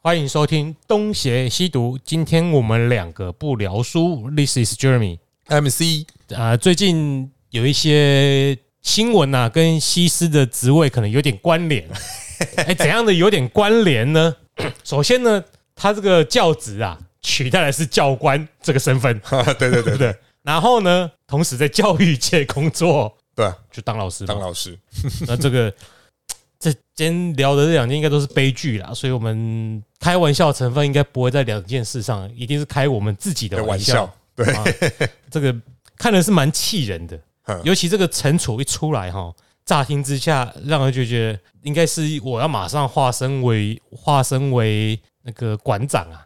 欢迎收听《东邪西毒》。今天我们两个不聊书，This is Jeremy。 MC 啊、最近有一些新闻呐、跟西施的职位可能有点关联。哎、怎样的有点关联呢？首先呢，他这个教职啊，取代的是教官这个身份，啊， 对对 对对不对？然后呢，同时在教育界工作，对啊，就当老师吧当。老师 那这个这今天聊的这两件应该都是悲剧啦，所以我们开玩笑成分应该不会在两件事上，一定是开我们自己的的玩玩笑。嗯笑，对，这个看的是蛮气人的嗯，尤其这个惩处一出来哈，乍听之下让人就觉得应该是我要马上化身为化身为那个馆长 啊。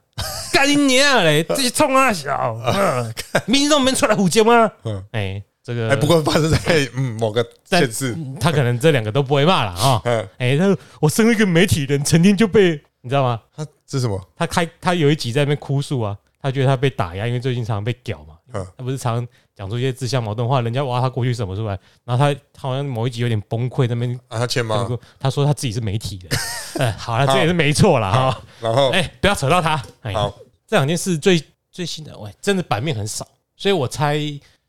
干你娘嘞！自己冲啊小， 嗯民众们出来胡叫吗？嗯，哎，这个哎，不过发生在嗯某个县市， 他可能这两个都不会骂了啊。 嗯，哎、他说我身为一个媒体人，曾经就被你知道吗？他啊这是什么？他开他有一集在那边哭诉啊，他觉得他被打压，因为最近常常被屌嘛。嗯他不是常讲出一些自相矛盾话，人家挖他过去什么出来，然后他他好像某一集有点崩溃，那边啊，他签吗？他说他自己是媒体人， 嗯， 好了，这也是没错啦。哈。然后哎、不要扯到他。哎、好，这两件事最最新的，喂，真的版面很少，所以我猜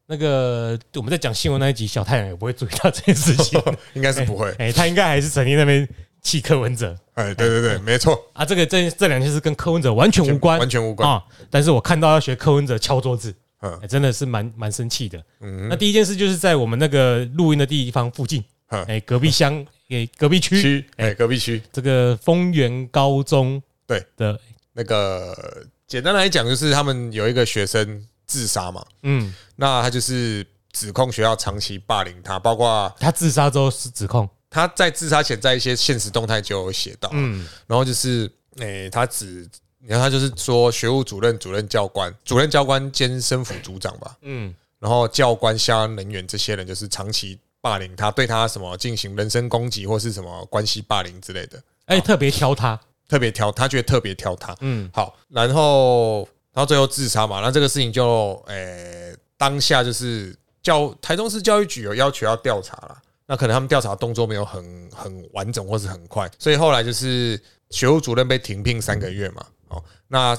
那个我们在讲新闻那一集，小太阳也不会注意到这件事 情。 应该是不会。哎、他应该还是曾经那边气柯文哲。哎，对对对，没错，啊，这个这这两件事跟柯文哲完全无关，完全无关。啊。但是我看到要学柯文哲敲桌子，嗯哎真的是蛮蛮生气的。嗯那第一件事就是在我们那个录音的地方附近，嗯哎，隔壁乡，哎，隔壁区，区哎，隔壁区这个丰原高中对的，那个，简单来讲就是他们有一个学生自杀嘛，嗯，那他就是指控学校长期霸凌他，包括他自杀之后是指控，他在自杀前在一些现实动态就有写到，嗯然后就是，诶、他只，然后他就是说，学务主任、主任教官、主任教官兼生辅组长吧，嗯然后教官、相关人员这些人就是长期霸凌他，对他什么进行人身攻击或是什么关系霸凌之类的，哎，特别挑他，特别挑，他觉得特别挑他。嗯好，然后，然后最后自杀嘛，那这个事情就，诶、当下就是教台中市教育局有要求要调查啦。那可能他们调查动作没有很很完整，或是很快，所以后来就是学务主任被停聘三个月嘛。哦，那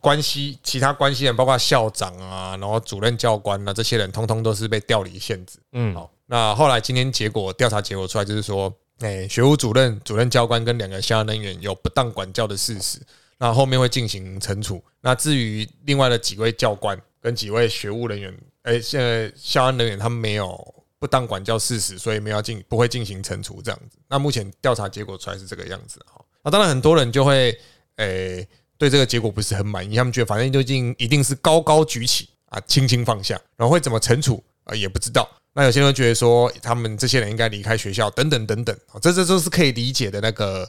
关系其他关系人，包括校长啊，然后主任教官啊，这些人，通通都是被调离限制。嗯，好，那后来今天结果调查结果出来，就是说，哎、学务主任、主任教官跟两个相关人员有不当管教的事实，那后面会进行惩处。那至于另外的几位教官跟几位学务人员，哎、现在相关人员他们没有不当管教事实，所以没有要进不会进行惩处这样子。那目前调查结果出来是这个样子哈。好那当然很多人就会，哎、对这个结果不是很满意，他们觉得反正就一定一定是高高举起啊，轻轻放下，然后会怎么惩处啊、也不知道。那有些人会觉得说，他们这些人应该离开学校，等等等等，哦这这都是可以理解的那个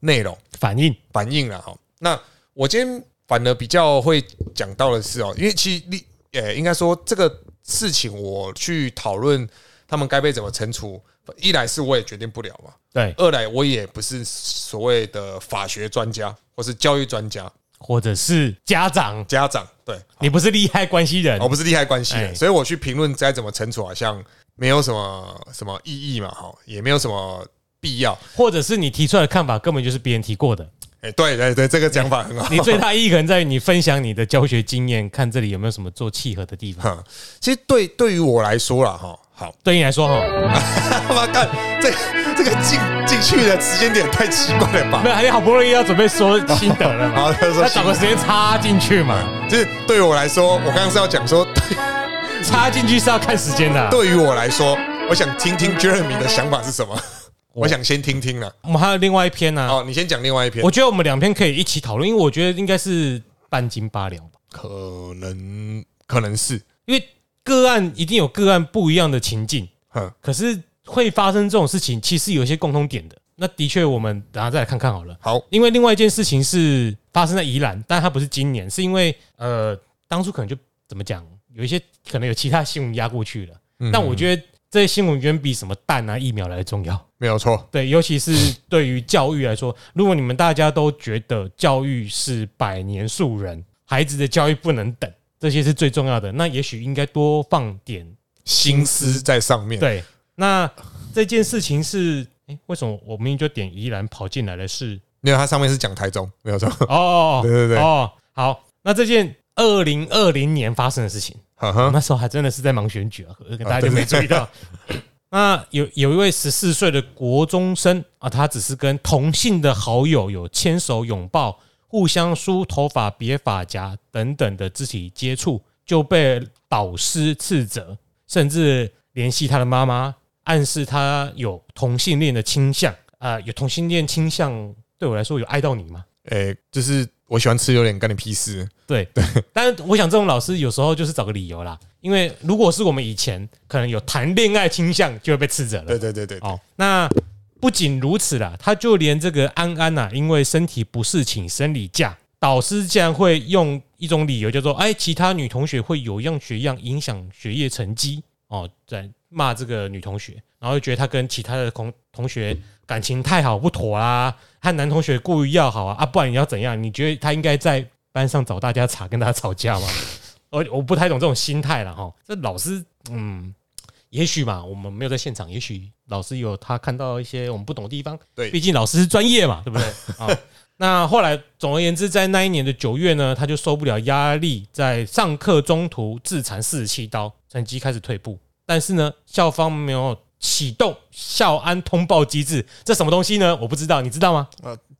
内容反应，反应了哈。哦那我今天反而比较会讲到的是哦，因为其实你呃，应该说这个事情我去讨论他们该被怎么惩处，一来是我也决定不了嘛，对，二来我也不是所谓的法学专家或是教育专家，或者是家长，家长对，你不是利害关系人哦我，不是利害关系哎人，所以我去评论该怎么惩处，好像没有什么什么意义嘛，哈，也没有什么必要。或者是你提出来的看法根本就是别人提过的。哎，对对对，这个讲法很 好。你最大意义可能在于你分享你的教学经验，看这里有没有什么做契合的地方。哈，啊其实对对于我来说啦，哈，好， 对你来说，哈，他妈干这这个进进去的时间点太奇怪了吧没？有，你好不容易要准备说心得了嘛， 好，他说那找个时间插进去嘛，就是对于我来说，我刚刚是要讲说， 插进去是要看时间的啊。对于我来说，我想听听 Jeremy 的想法是什么，我想先听听了。我们还有另外一篇呢、哦，你先讲另外一篇我，觉得我们两篇可以一起讨论，因为我觉得应该是半斤八两吧，可能可能是，因为个案一定有个案不一样的情境，哼，可是会发生这种事情，其实有一些共通点的。那的确，我们等下再来看看好了。好，因为另外一件事情是发生在宜兰，但它不是今年，是因为呃，当初可能就怎么讲，有一些可能有其他新闻压过去了。嗯但我觉得这些新闻远比什么蛋啊疫苗来的重要。没有错。对，尤其是对于教育来说，如果你们大家都觉得教育是百年树人，孩子的教育不能等，这些是最重要的。那也许应该多放点心思在上面。对，那这件事情是，哎、为什么我明明就点宜兰跑进来的是因为它上面是讲台中，没 有错。哦，对对对哦，好，那这件二零二零年发生的事情，哈我哈，那时候还真的是在忙选举啊，可能大家啊对就没注意 到。那有有一位十四岁的国中生啊，他只是跟同性的好友有牵手、拥抱、互相梳头发、别发夹等等的肢体接触，就被导师斥责，甚至联系他的妈妈，暗示他有同性恋的倾向啊、有同性恋倾向，对我来说有爱到你吗？诶、哎就是我喜欢吃榴莲，干你屁事？对对，但是我想这种老师有时候就是找个理由啦，因为如果是我们以前可能有谈恋爱倾向，就会被斥责了对。对对对，哦，那不仅如此啦，他就连这个安安呐、啊因为身体不适请生理假，导师竟然会用一种理由叫做“哎，其他女同学会有样学样，影响学业成绩”哦，在骂这个女同学，然后就觉得她跟其他的同同学感情太好不妥啦，和男同学故意要好啊，啊，不然你要怎样？你觉得她应该在班上找大家茬，跟大家吵架吗？我我不太懂这种心态了哈，这老师嗯。也许嘛，我们没有在现场，也许老师有他看到一些我们不懂的地方。对毕竟老师是专业嘛，对不对？啊、那后来总而言之，在那一年的九月呢，他就受不了压力，在上课中途自残四十七刀，成绩开始退步。但是呢，校方没有启动校安通报机制，这什么东西呢？我不知道，你知道吗？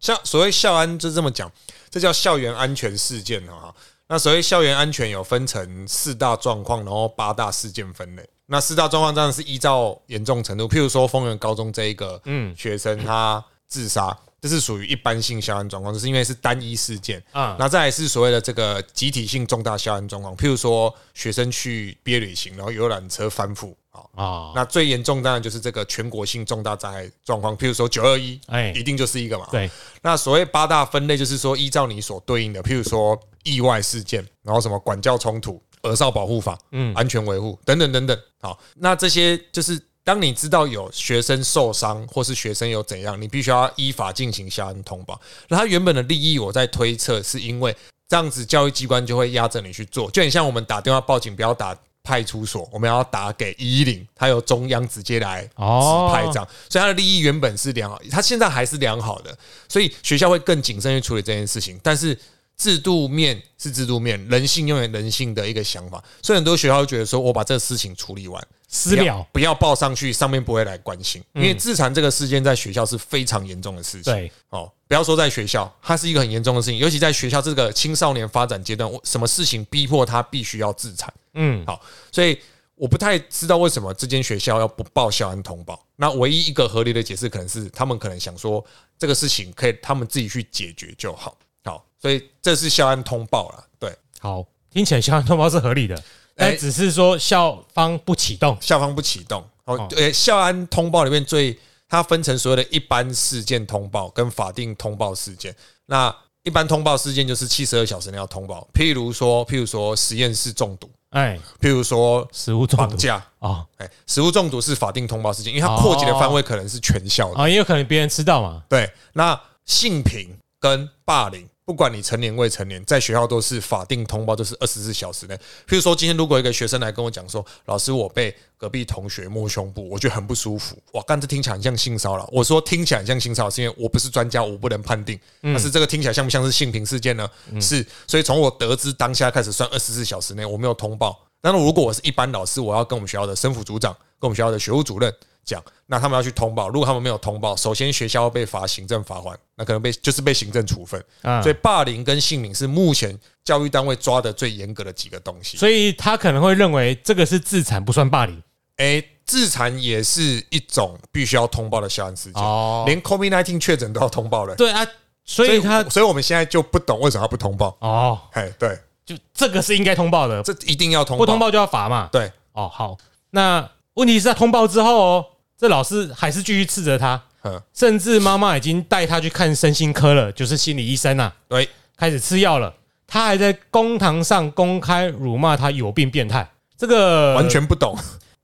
校所谓校安就这么讲，这叫校园安全事件啊。那所谓校园安全有分成四大状况，然后八大事件分类。那四大状况当然是依照严重程度，譬如说丰原高中这一个嗯学生他自杀，这是属于一般性校安状况，就是因为是单一事件。啊、那再来是所谓的这个集体性重大校安状况，譬如说学生去毕业旅行，然后游览车翻覆啊。啊，那最严重当然就是这个全国性重大灾害状况，譬如说九二一，哎一定就是一个嘛。对，那所谓八大分类，就是说依照你所对应的，譬如说意外事件，然后什么管教冲突、儿少保护法、嗯安全维护等等等等。好，那这些就是当你知道有学生受伤或是学生有怎样，你必须要依法进行下恩通报。那他原本的利益，我在推测是因为这样子，教育机关就会压着你去做，就很像我们打电话报警，不要打。派出所，我们要打给一一零，它由中央直接来哦指派这样，所以它的利益原本是良好，它现在还是良好的，所以学校会更谨慎去处理这件事情。但是制度面是制度面，人性永远人性的一个想法，所以很多学校会觉得说，我把这个事情处理完，私了不嗯要，不要报上去，上面不会来关心，因为自残这个事件在学校是非常严重的事情。对，哦，不要说在学校，它是一个很严重的事情，尤其在学校这个青少年发展阶段，我什么事情逼迫他必须要自残？嗯，好，所以我不太知道为什么这间学校要不报校安通报。那唯一一个合理的解释，可能是他们可能想说这个事情可以他们自己去解决就好。好，所以这是校安通报了。对，好，听起来校安通报是合理的，但哎只是说校方不启动。校方不启动。哦哦，对，校安通报里面最它分成所谓的一般事件通报跟法定通报事件。那一般通报事件就是七十二小时内要通报，譬如说，譬如说实验室中毒，哎，譬如说食物中绑毒架，哦哎，食物中毒是法定通报事件，因为它扩及的范围可能是全校的。啊，也有可能别人吃到嘛。对，那性平跟霸凌，不管你成年未成年，在学校都是法定通报，都是二十四小时内。譬如说，今天如果一个学生来跟我讲说，老师，我被隔壁同学摸胸部，我觉得很不舒服。哇，干这听起来很像性骚扰。我说听起来很像性骚扰，是因为我不是专家，我不能判定。但是这个听起来像不像是性平事件呢？是，所以从我得知当下开始算二十四小时内，我没有通报。但是如果我是一般老师，我要跟我们学校的生辅组长、跟我们学校的学务主任讲，那他们要去通报。如果他们没有通报，首先学校要被罚行政罚款，那可能被就是被行政处分。啊，所以霸凌跟性侵是目前教育单位抓的最严格的几个东西。所以他可能会认为这个是自残，不算霸凌。诶、自残也是一种必须要通报的校安事件，哦连 COVID-19 确诊都要通报了。对啊，所以他所以我们现在就不懂为什么要不通报。哦，哎，对，就这个是应该通报的，这一定要通不报。通报就要罚嘛。对，哦，好，那问题是在通报之后哦，这老师还是继续斥责他，嗯，甚至妈妈已经带他去看身心科了，就是心理医生啊，对，开始吃药了。他还在公堂上公开辱骂他有病变态，这个完全不懂。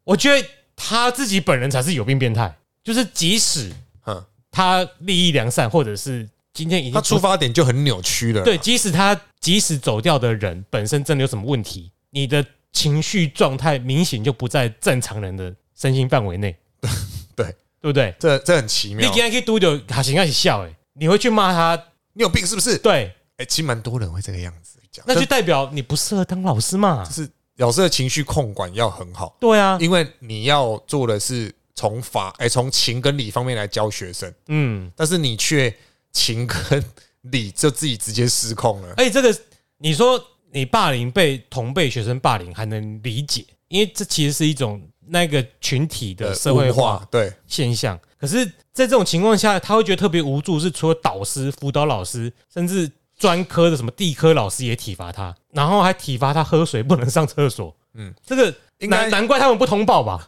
我觉得他自己本人才是有病变态，就是即使嗯，他利益良善，或者是今天已经他出发点就很扭曲了。对，，即使他即使走掉的人本身真的有什么问题，你的情绪状态明显就不在正常人的身心范围内， 对，对不对？这这很奇你妙今。天去嘟就还行，还是笑哎，你会去骂他，你有病是不是？对，哎，其实蛮多人会这个样子讲，那就就代表你不适合当老师嘛就。是老师的情绪控管要很好，对啊，因为你要做的是从法哎从情跟理方面来教学生，嗯，但是你却情跟理就自己直接失控了。而且这个你说你霸凌被同辈学生霸凌还能理解，因为这其实是一种那个群体的呃哎社会文化化对，现象。可是，在这种情况下，他会觉得特别无助，是除了导师、辅导老师，甚至专科的什么地科老师也体罚他，然后还体罚他喝水不能上厕所。嗯嗯，这个应难该难怪他们不通报吧？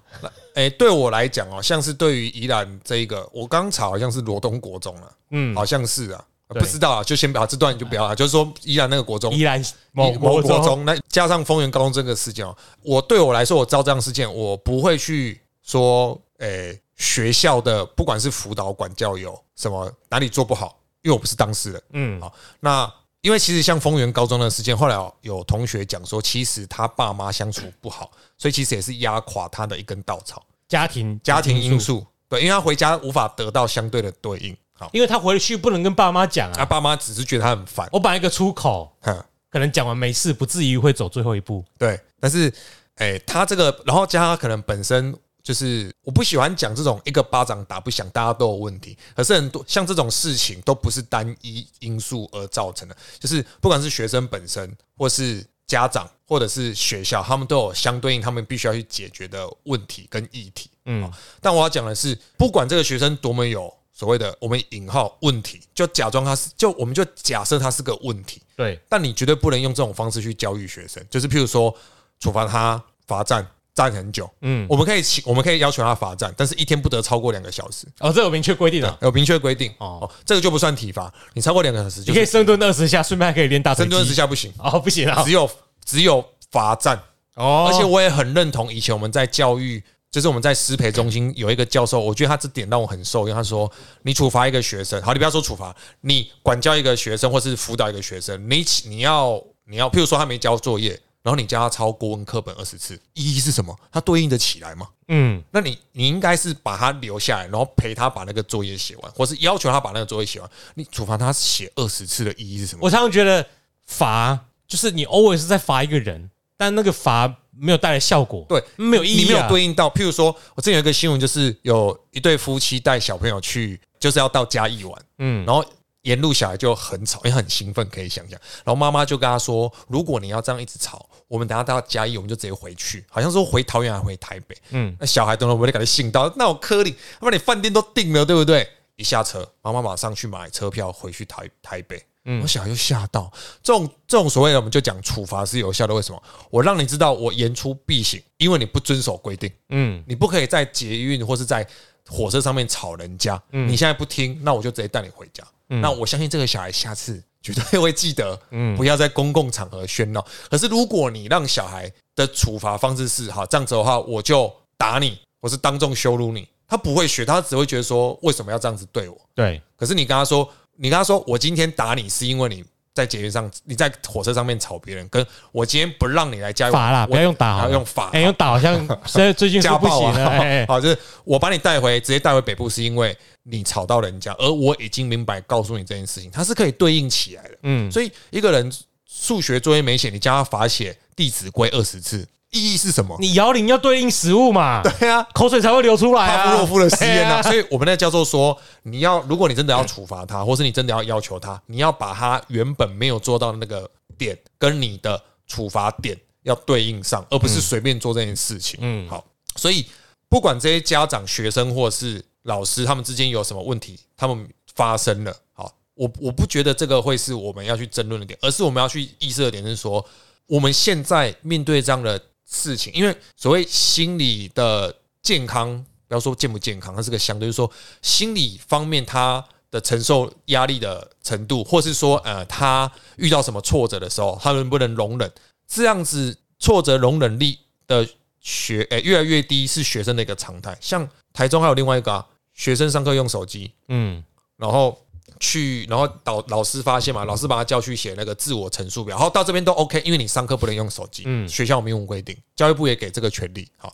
哎，对我来讲哦，像是对于宜兰这一个，我刚查好像是罗东国中了，嗯，好像是啊，对不知道啊，就先把这段就不要了，就是说宜兰那个国中依然某某某国国中，中，那加上丰原高中这个事件哦，我对我来说，我知道这样事件，我不会去说，诶、学校的不管是辅导、管教有什么哪里做不好，因为我不是当事人。嗯，那因为其实像丰原高中的事件，后来哦有同学讲说，其实他爸妈相处不好，所以其实也是压垮他的一根稻草，家庭家庭因，素。对，因为他回家无法得到相对的对应。好，因为哦他回去不能跟爸妈讲他啊。爸妈只是觉得他很烦。我把一个出口，哼可能讲完没事，不至于会走最后一步。对，但是，哎、他这个，然后加上他可能本身就是，我不喜欢讲这种一个巴掌打不响，大家都有问题。可是很多像这种事情都不是单一因素而造成的，就是不管是学生本身，或是家长，或者是学校，他们都有相对应他们必须要去解决的问题跟议题。哦嗯，但我要讲的是，不管这个学生多么有所谓的我们引号问题，就假装他是，就我们就假设他是个问题。对，但你绝对不能用这种方式去教育学生，就是譬如说处罚他罚站站很久，嗯，我们可以请我们可以要求他罚站，但是一天不得超过两个小时，哦，这有明确规定的，有明确规定哦哦，这个就不算体罚，你超过两个小时你就可以是深蹲二十下，顺便还可以练大腿深肌。蹲十下不行，哦，不行 啊只，有只有罚站，哦，而且我也很认同以前我们在教育。就是我们在师培中心有一个教授，我觉得他这点让我很受用。他说：“你处罚一个学生，好，你不要说处罚，你管教一个学生或是辅导一个学生，你起你要你要，譬如说他没交作业，然后你教他抄国文课本二十次，意义是什么？他对应得起来吗？嗯，那你你应该是把他留下来，然后陪他把那个作业写完，或是要求他把那个作业写完。你处罚他写二十次的意义是什么？我常常觉得罚就是你 always 是在罚一个人，但那个罚没有带来效果，对，没有意义、啊，你没有对应到。譬如说，我之前有一个新闻，就是有一对夫妻带小朋友去，就是要到嘉义玩，嗯，然后沿路小孩就很吵，也很兴奋，可以想象。然后妈妈就跟他说：“如果你要这样一直吵，我们等下到嘉义，我们就直接回去，好像说回桃园还回台北。”嗯嗯，那小孩等等，我就感觉信到，那我颗粒，他把你饭店都订了，对不对？一下车，妈妈马上去买车票回去台台北。我小孩就吓到，这种这种所谓的我们就讲处罚是有效的，为什么？我让你知道我言出必行，因为你不遵守规定。嗯，你不可以在捷运或是在火车上面吵人家。你现在不听，那我就直接带你回家。那我相信这个小孩下次绝对会记得，不要在公共场合喧闹。可是如果你让小孩的处罚方式是好这样子的话，我就打你，我是当众羞辱你，他不会学，他只会觉得说为什么要这样子对我。对，可是你跟他说，你跟他说，我今天打你是因为你在捷运上，你在火车上面吵别人，跟我今天不让你来加油，罚啦，我不要用打好还了，要用法，哎、用打好像现在最近是 家不暴行啊！ 了，哎、好，就是我把你带回，直接带回北部，是因为你吵到人家，而我已经明白告诉你这件事情，它是可以对应起来的。嗯，所以一个人数学作业没写，你叫他罚写《弟子规》二十次，意义是什么？你摇铃要对应食物嘛， 对啊，口水才会流出来啊，帕夫洛夫的实验啊。哎呀所以我们那个教授说，你要如果你真的要处罚他，或是你真的要要求他，你要把他原本没有做到的那个点跟你的处罚点要对应上，而不是随便做这件事情。嗯嗯，好，所以不管这些家长、学生或是老师，他们之间有什么问题，他们发生了，好，我我不觉得这个会是我们要去争论的点，而是我们要去意识的点是说，我们现在面对这样的事情，因为所谓心理的健康，不要说健不健康，它是个相对，就是说心理方面它的承受压力的程度，或是说呃，他遇到什么挫折的时候，他能不能容忍，这样子挫折容忍力的学，诶、越来越低是学生的一个常态。像台中还有另外一个啊，学生上课用手机，嗯，然后去，然后导老师发现嘛，老师把他叫去写那个自我陈述表，然后到这边都 OK，因为你上课不能用手机，嗯学校有明文规定，教育部也给这个权利。好，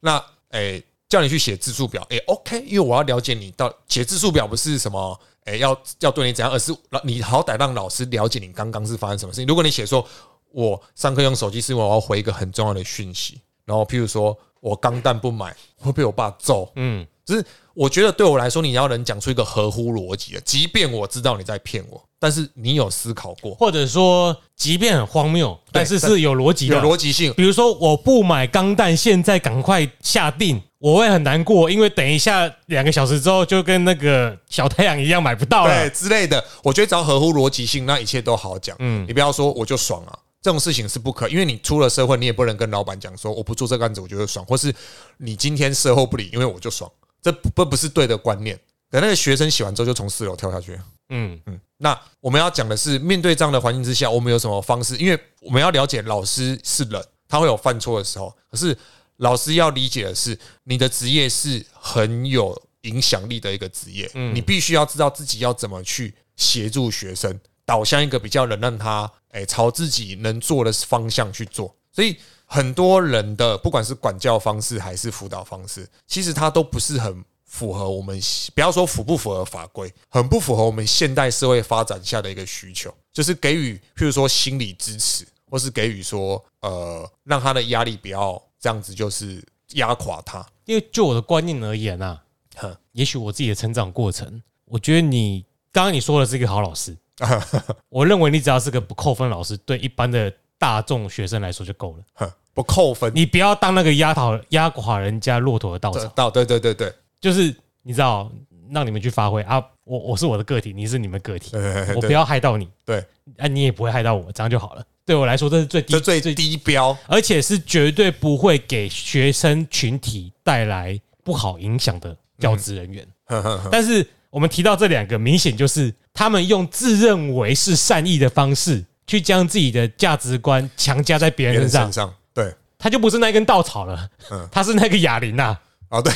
那诶、叫你去写字数表，哎、o k 因为我要了解你到写字数表不是什么，哎、要要对你怎样，而是让你好歹让老师了解你刚刚是发生什么事情。如果你写说我上课用手机是因为我要回一个很重要的讯息，然后譬如说我钢弹不买会被我爸揍，嗯，就是我觉得对我来说，你要能讲出一个合乎逻辑的，即便我知道你在骗我，但是你有思考过，或者说即便很荒谬，但是是有逻辑有的。逻辑性，比如说，我不买钢弹，现在赶快下定，我会很难过，因为等一下两个小时之后就跟那个小太阳一样买不到对了。之类的。我觉得只要合乎逻辑性，那一切都好讲。嗯嗯，你不要说我就爽啊，这种事情是不可，因为你出了社会，你也不能跟老板讲说我不做这个案子我就会爽，或是你今天事后不理，因为我就爽，这不不不是对的观念。等那个学生写完之后，就从四楼跳下去。嗯，嗯，那我们要讲的是，面对这样的环境之下，我们有什么方式？因为我们要了解老师是人，他会有犯错的时候。可是老师要理解的是，你的职业是很有影响力的一个职业，你必须要知道自己要怎么去协助学生，导向一个比较能让他诶、朝自己能做的方向去做。所以很多人的不管是管教方式还是辅导方式，其实它都不是很符合我们，不要说符不符合法规，很不符合我们现代社会发展下的一个需求，就是给予譬如说心理支持，或是给予说呃让他的压力不要这样子，就是压垮他。因为就我的观念而言啊，哼也许我自己的成长过程，我觉得你刚刚你说的是一个好老 师，我认为你只要是个不扣分老师，对一般的大众学生来说就够了。哼不扣分，你不要当那个压倒压垮人家骆驼的稻这草，到对对对对，就是你知道，让你们去发挥啊。我我是我的个体，你是你们个体，呃我不 对，要害到你，对，啊，你也不会害到我，这样就好了。对我来说，这是最低这最低标，而且是绝对不会给学生群体带来不好影响的嗯教职人员。哼哼哼但是我们提到这两个，明显就是他们用自认为是善意的方式，去将自己的价值观强加在别别人人身上身，上对。他就不是那根稻草了，嗯他是那个哑铃啊。哦， 对，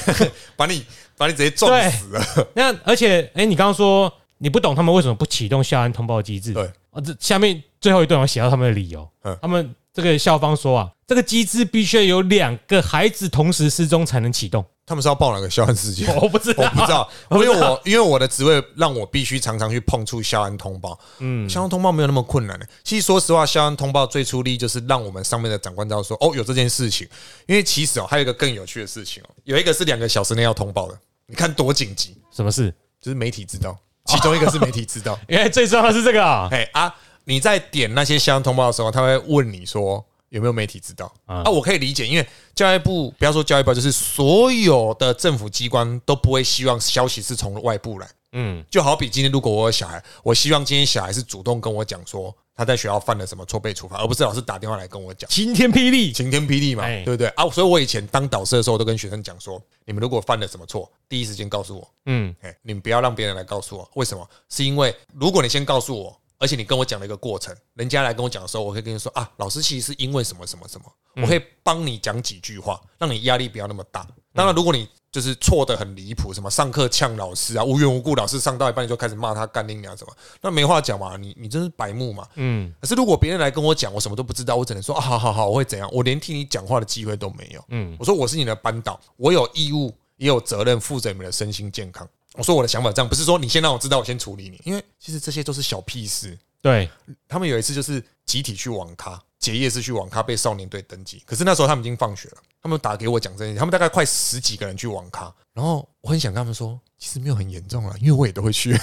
把你把你直接撞死了。那而且，哎、你刚刚说你不懂他们为什么不启动校安通报机制？对啊，这下面最后一段我写到他们的理由。嗯他们这个校方说啊，这个机制必须要有两个孩子同时失踪才能启动。他们是要报哪个校安事件？我不知道， 我不知道，因为我因为我的职位让我必须常常去碰触校安通报。嗯，校安通报没有那么困难的、欸其实说实话，校安通报最初力就是让我们上面的长官知道说，哦，有这件事情。因为其实哦，还有一个更有趣的事情哦，有一个是两个小时内要通报的，你看多紧急，什么事。就是媒体知道，其中一个是媒体知道。原来最重要的是这个啊！哎啊，你在点那些相关通报的时候，他会问你说有没有媒体知道、啊？我可以理解，因为教育部不要说教育部，就是所有的政府机关都不会希望消息是从外部来。嗯，就好比今天如果我有小孩，我希望今天小孩是主动跟我讲说他在学校犯了什么错被处罚，而不是老师打电话来跟我讲。晴天霹雳，晴天霹雳嘛，哎对不对啊？所以我以前当导师的时候，我都跟学生讲说，你们如果犯了什么错，第一时间告诉我，嗯，哎，你们不要让别人来告诉我，为什么？是因为如果你先告诉我，而且你跟我讲了一个过程，人家来跟我讲的时候，我可以跟你说啊，老师其实是因为什么什么什么，嗯我可以帮你讲几句话，让你压力不要那么大。当然，如果你就是错的很离谱，什么上课呛老师啊，无缘无故老师上到一半你就开始骂他干你娘什么，那没话讲嘛，你你真是白目嘛。嗯，可是如果别人来跟我讲，我什么都不知道，我只能说啊，好好好，我会怎样？我连听你讲话的机会都没有。嗯嗯，我说我是你的班导，我有义务也有责任负责你们的身心健康。我说我的想法这样，不是说你先让我知道，我先处理你，因为其实这些都是小屁事。对，他们有一次就是集体去网咖，结业是去网咖被少年队登记，可是那时候他们已经放学了，他们打给我讲这些，他们大概快十几个人去网咖，然后我很想跟他们说，其实没有很严重啊了，因为我也都会去，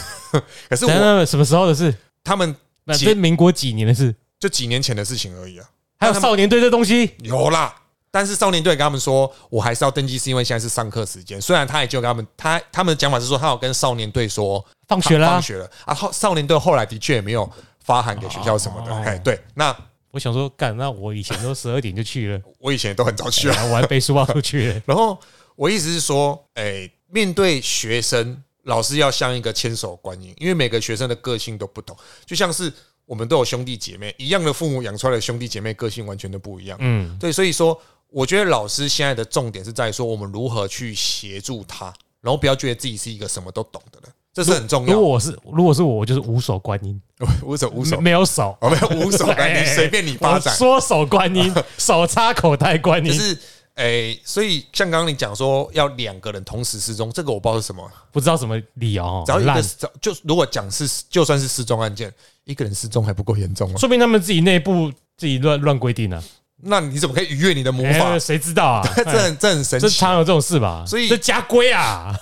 可是等我等，什么时候的事？他们那几这民国几年的事？就几年前的事情而已啊。还有那他们少年队这东西，有啦，但是少年队跟他们说，我还是要登记，是因为现在是上课时间。虽然他也就跟他们，他他们的讲法是说，他有跟少年队说放学啦放！学了啊。后少年队后来的确也没有发函给学校什么的。哦哎，对，那我想说，干，那我以前都十二点就去了，我以前也都很早去啊。然后我还背书包出去了。 然后我意思是说，哎、面对学生，老师要像一个千手观音，因为每个学生的个性都不同，就像是我们都有兄弟姐妹一样的父母养出来的兄弟姐妹个性完全都不一样。嗯，对，所以说，我觉得老师现在的重点是在于说我们如何去协助他，然后不要觉得自己是一个什么都懂的人，这是很重如要果。我是如果是我，我就是无手观音， 无手无手没，没有手，我们无手， 哎你随便你发展我，缩手观音，手插口袋观就 音。是诶、所以像刚刚你讲说要两个人同时失踪，这个我不知道是什么。不知道什么理由哦，只要一很哦烂个，只要就如果讲是就算是失踪案件，一个人失踪还不够严重吗？说明他们自己内部自己乱乱规定啊，那你怎么可以逾越你的魔法？哎谁知道 啊？这哎很这很神这奇，常有这种事吧？所以这家规啊，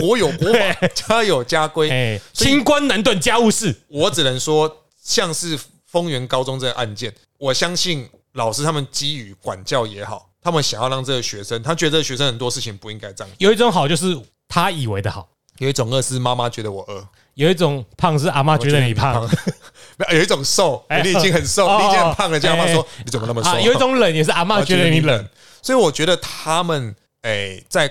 国有 国法，家有家规。哎，清官难断家务事，我只能说，像是丰原高中这个案件，我相信老师他们基于管教也好，他们想要让这个学生，他觉得这个学生很多事情不应该这样。有一种好就是他以为的好，有一种饿是妈妈觉得我饿，有一种胖是阿妈觉得你胖我觉得你胖，有一 种瘦，哎你已经很瘦，哦你已经很胖了，叫妈妈说哎你怎么那么啊，瘦？有一种冷也是阿妈觉得你冷，，所以我觉得他们诶、在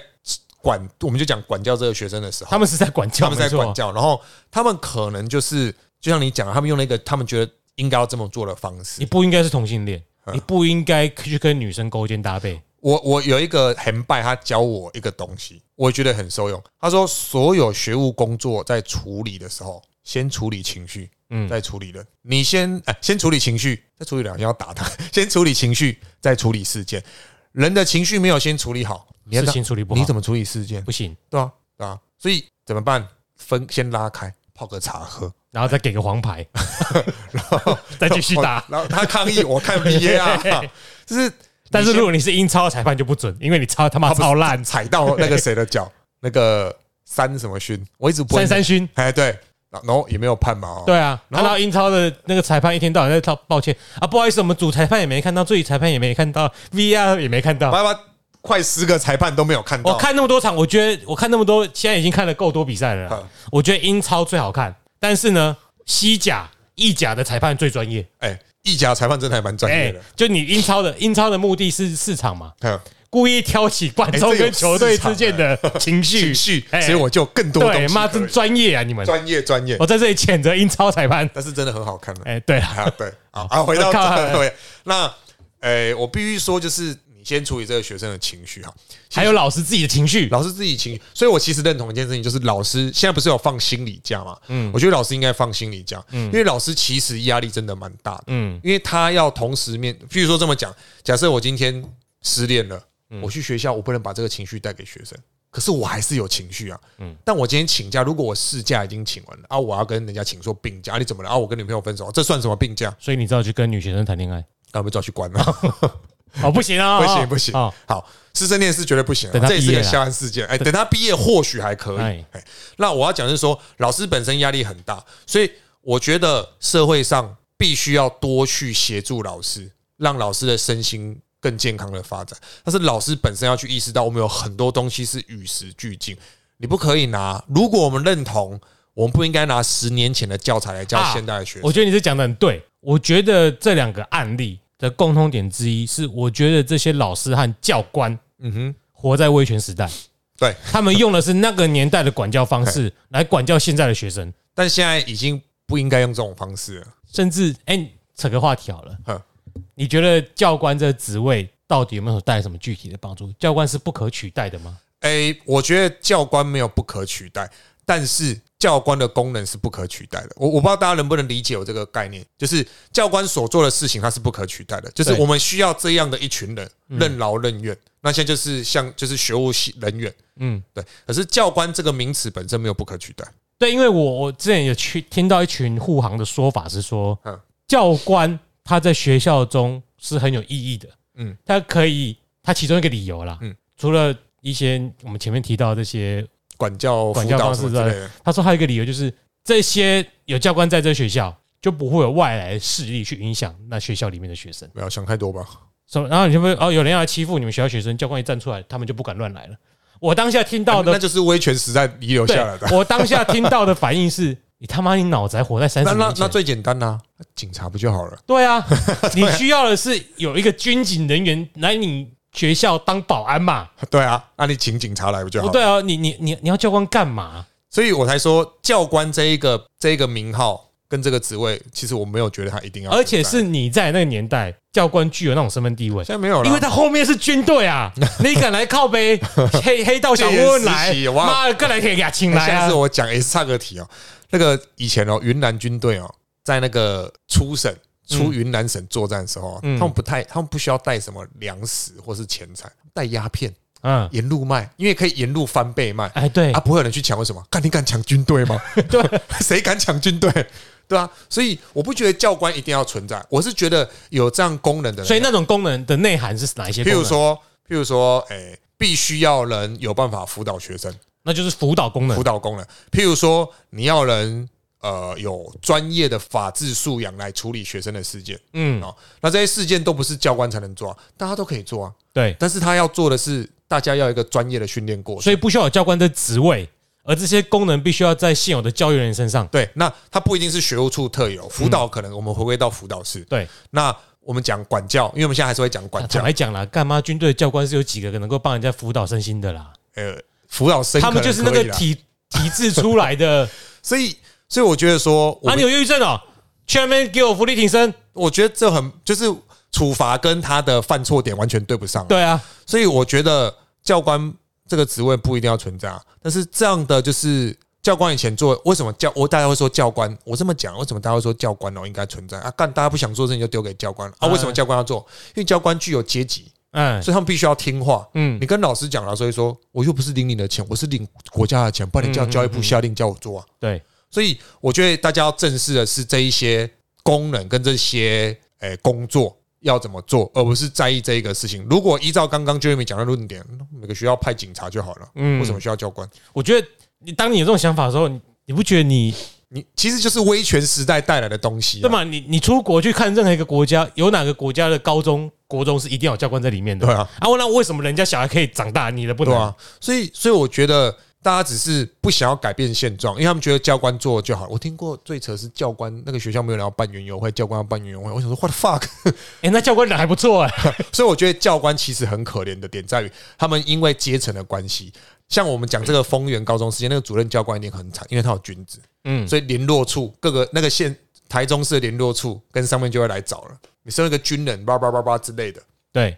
管，我们就讲管教这个学生的时候，他们是在管教，他们在没错管教，然后他们可能就是就像你讲的，他们用了一个他们觉得应该要这么做的方式你。不应该是同性恋，嗯你不应该去跟女生勾肩搭背。我我有一个很拜，他教我一个东西，我觉得很受用。他说，所有学务工作在处理的时候，先处理情绪，嗯嗯，再处理人。你先哎、先处理情绪，再处理人，要打他。 先处理情绪，再处理事件。人的情绪没有先处理好，你要事当情处理不好，你怎么处理事件？不行？对啊，对啊，所以怎么办？分先拉开，泡个茶喝，然后再给个黄牌， 再继续打。然后他抗议，我看 VAR，就是但是如果你是英超裁判就不准，因为你超他妈他不是超烂，踩到那个谁的脚，那个三什么勋，我一直不会三三勋。哎对，然然后也没有判嘛，哦，对啊，然看后到英超的那个裁判一天到晚在道抱歉啊，不好意思，我们主裁判也没看到，助理裁判也没看到，VR 也没看到。爸爸快十个裁判都没有看我到，看那么多场，我觉得我看那么多，现在已经看了够多比赛了啦嗯。我觉得英超最好看，但是呢，西甲、意甲的裁判最专业。哎，意甲裁判真的还蛮专业哎的，，就你英超的英超的目的是市场嘛，嗯，故意挑起观哎众这有跟球队市场之间的情绪情绪，哎所以我就更多对东西妈可以真专业啊！你们，专业专业，我在这里谴责英超裁判。但是真的很好看的。哎，对 啊，啊，对， 好啊，回到靠这哎个对，那诶、我必须说，就是你先处理这个学生的情绪哈，还有老师自己的情绪，老师自己情绪，所以我其实认同一件事情，就是老师现在不是有放心理假嘛，嗯，我觉得老师应该放心理假，嗯，因为老师其实压力真的蛮大的，嗯嗯，因为他要同时面，譬如说这么讲，假设我今天失恋了，我去学校，我不能把这个情绪带给学生。可是我还是有情绪啊，嗯，但我今天请假，如果我事假已经请完了啊，我要跟人家请说病假啊，你怎么了啊？我跟女朋友分手，这算什么病假？所以你知道去跟女学生谈恋 爱那我被抓去关了。哦，不行啊，不哦行不行哦，，好，师生恋是绝对不行等的，他这也是毕业个啦校案事件。哎，等他毕业或许还可以。哎哎，那我要讲的是说，老师本身压力很大，所以我觉得社会上必须要多去协助老师，让老师的身心更健康的发展。但是老师本身要去意识到，我们有很多东西是与时俱进，你不可以拿。如果我们认同，我们不应该拿十年前的教材来教啊现代的学生。我觉得你是讲的很对。我觉得这两个案例的共通点之一是，我觉得这些老师和教官嗯哼，活在威权时 代，对。他们用的是那个年代的管教方式来管教现在的学生，但现在已经不应该用这种方式了。甚至哎、扯个话题好了嗯，你觉得教官这个职位到底有没有带来什么具体的帮助？教官是不可取代的吗？诶、哎我觉得教官没有不可取代，但是教官的功能是不可取代的。我我不知道大家能不能理解我这个概念，就是教官所做的事情它是不可取代的，就是对嗯我们需要这样的一群人任劳任怨。那现在就是像就是学务系人员，嗯嗯，对。可是教官这个名词本身没有不可取代，对，因为我我之前有去听到一群护航的说法是说嗯，教官他在学校中是很有意义的，嗯嗯，他可以他其中一个理由啦，嗯嗯，除了一些我们前面提到的这些，管教管辅教导方什么式之类的，他说还有一个理由就是这些有教官在这学校就不会有外来势力去影响那学校里面的学生，没有想太多吧？什么然后你就会哦有人要来欺负你们学校学生，教官一站出来，他们就不敢乱来了。我当下听到那的，就是威权时代遗留对下来的。我当下听到的反应是。你他妈！你脑子还活在三那十那年前那？最简单啦、警察不就好了？对 啊，你需要的是有一个军警人员来你学校当保安嘛？对啊，那你请警察来不就不好了？对啊，你你你你要教官干嘛？所以我才说教官这一个这一个名号跟这个职位，其实我没有觉得他一定要存在，而且是你在那个年代，教官具有那种身份地位，现在没有了，因为他后面是军队啊， 你敢来靠背黑黑道小混混来戒严时，期哇哎妈的，更来铁牙请那来现在啊是！我讲也是差个题哦。那个以前哦，云南军队哦，在那个初审出云南省作战的时候，哦嗯他们不太，他们不需要带什么粮食或是钱财，带鸦片嗯，沿路卖，因为可以沿路翻倍卖。哎，对啊，，不会有人去抢，为什么？看你敢抢军队 吗？ 对，谁敢抢军队？对啊，所以我不觉得教官一定要存在，我是觉得有这样功能的人，啊所以那种功能的内涵是哪一些？譬如，说，譬如说，哎、必须要人有办法辅导学生，那就是辅导功能辅。导功能。譬如说，你要人呃有专业的法治素养来处理学生的事件嗯，哦。那这些事件都不是教官才能抓，大家都可以做啊。对，但是他要做的是，大家要有一个专业的训练过程。所以不需要有教官的职位，而这些功能必须要在现有的教育人员身上。对，那他不一定是学务处特有辅嗯导，可能我们回归到辅导室。对，那我们讲管教，因为我们现在还是会讲管坦教，白讲啦，干嘛军队的教官是有几个能够帮人家辅导身心的啦？呃，辅导生他们就是那可个能可以啦体体制出来的。所以，所以我觉得说， 我啊，们你有忧郁症哦，去那边给我福利挺身。我觉得这很就是处罚跟他的犯错点完全对不上，对啊，所以我觉得教官这个职位不一定要存在，啊。但是这样的就是教官以前做，为什么教我大家会说教官？我这么讲，为什么大家会说教官哦应该存在啊？干大家不想做的事情就丢给教官啊？嗯为什么教官要做？因为教官具有阶级，嗯所以他们必须要听话。嗯你跟老师讲了，所以说我又不是领你的钱，我是领国家的钱，不然你叫教育部下令叫我做啊。对，所以我觉得大家要正视的是这一些功能跟这些诶、呃工作要怎么做，而不是在意这一个事情。如果依照刚刚 Jeremy 讲的论点，每个学校派警察就好了，嗯为什么需要教官？我觉得你当你有这种想法的时候，你你不觉得你你其实就是威权时代带来的东西、对啊，嘛？你你出国去看任何一个国家，有哪个国家的高中、国中是一定要有教官在里面的？对啊，啊，那为什么人家小孩可以长大，你的不对能？啊，所以，所以我觉得大家只是不想要改变现状，因为他们觉得教官做就好。我听过最扯是教官那个学校没有人要办园游会，教官要办园游会，我想说 what the fuck。 哎，那教官人还不错哎。所以我觉得教官其实很可怜的点在于，他们因为阶层的关系，像我们讲这个丰原高中事件，那个主任教官一定很惨，因为他有军职，嗯，所以联络处各个那个县台中市的联络处跟上面就会来找了。你身为一个军人，叭叭叭叭之类的，对，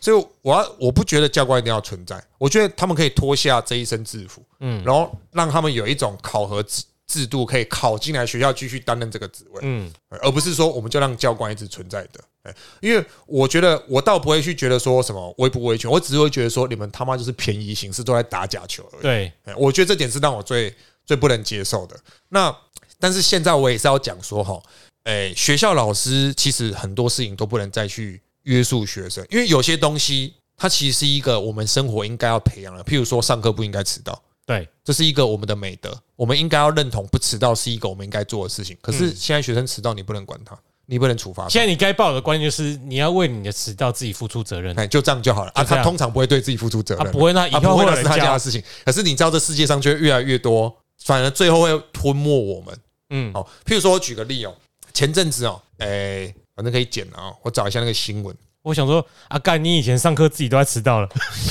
所以我要我不觉得教官一定要存在，我觉得他们可以脱下这一身制服，嗯，然后让他们有一种考核制制度，可以考进来学校继续担任这个职位，嗯，而不是说我们就让教官一直存在的。哎，因为我觉得我倒不会去觉得说什么威不威权，我只是会觉得说你们他妈就是便宜行事，都在打假球而已。对，哎我觉得这点是让我最最不能接受的。那但是现在我也是要讲说哈，诶、学校老师其实很多事情都不能再去约束学生，因为有些东西它其实是一个我们生活应该要培养的，譬如说上课不应该迟到。对，这是一个我们的美德，我们应该要认同不迟到是一个我们应该做的事情。可是现在学生迟到，你不能管他，你不能处罚他嗯现，在你该抱有的观念就是你要为你的迟到自己付出责任。哎，就这样就好了啊。就这他样通常不会对自己付出责啊，任，不会，那以啊，后不会会有那是人他家教的。事情。可是你知道，这世界上却越来越多，反而最后会吞没我们。嗯，哦，譬如说，我举个例哦，前阵子哦，哎，反正可以剪了啊、我找一下那个新闻，我想说，啊，干，你以前上课自己都在迟到了。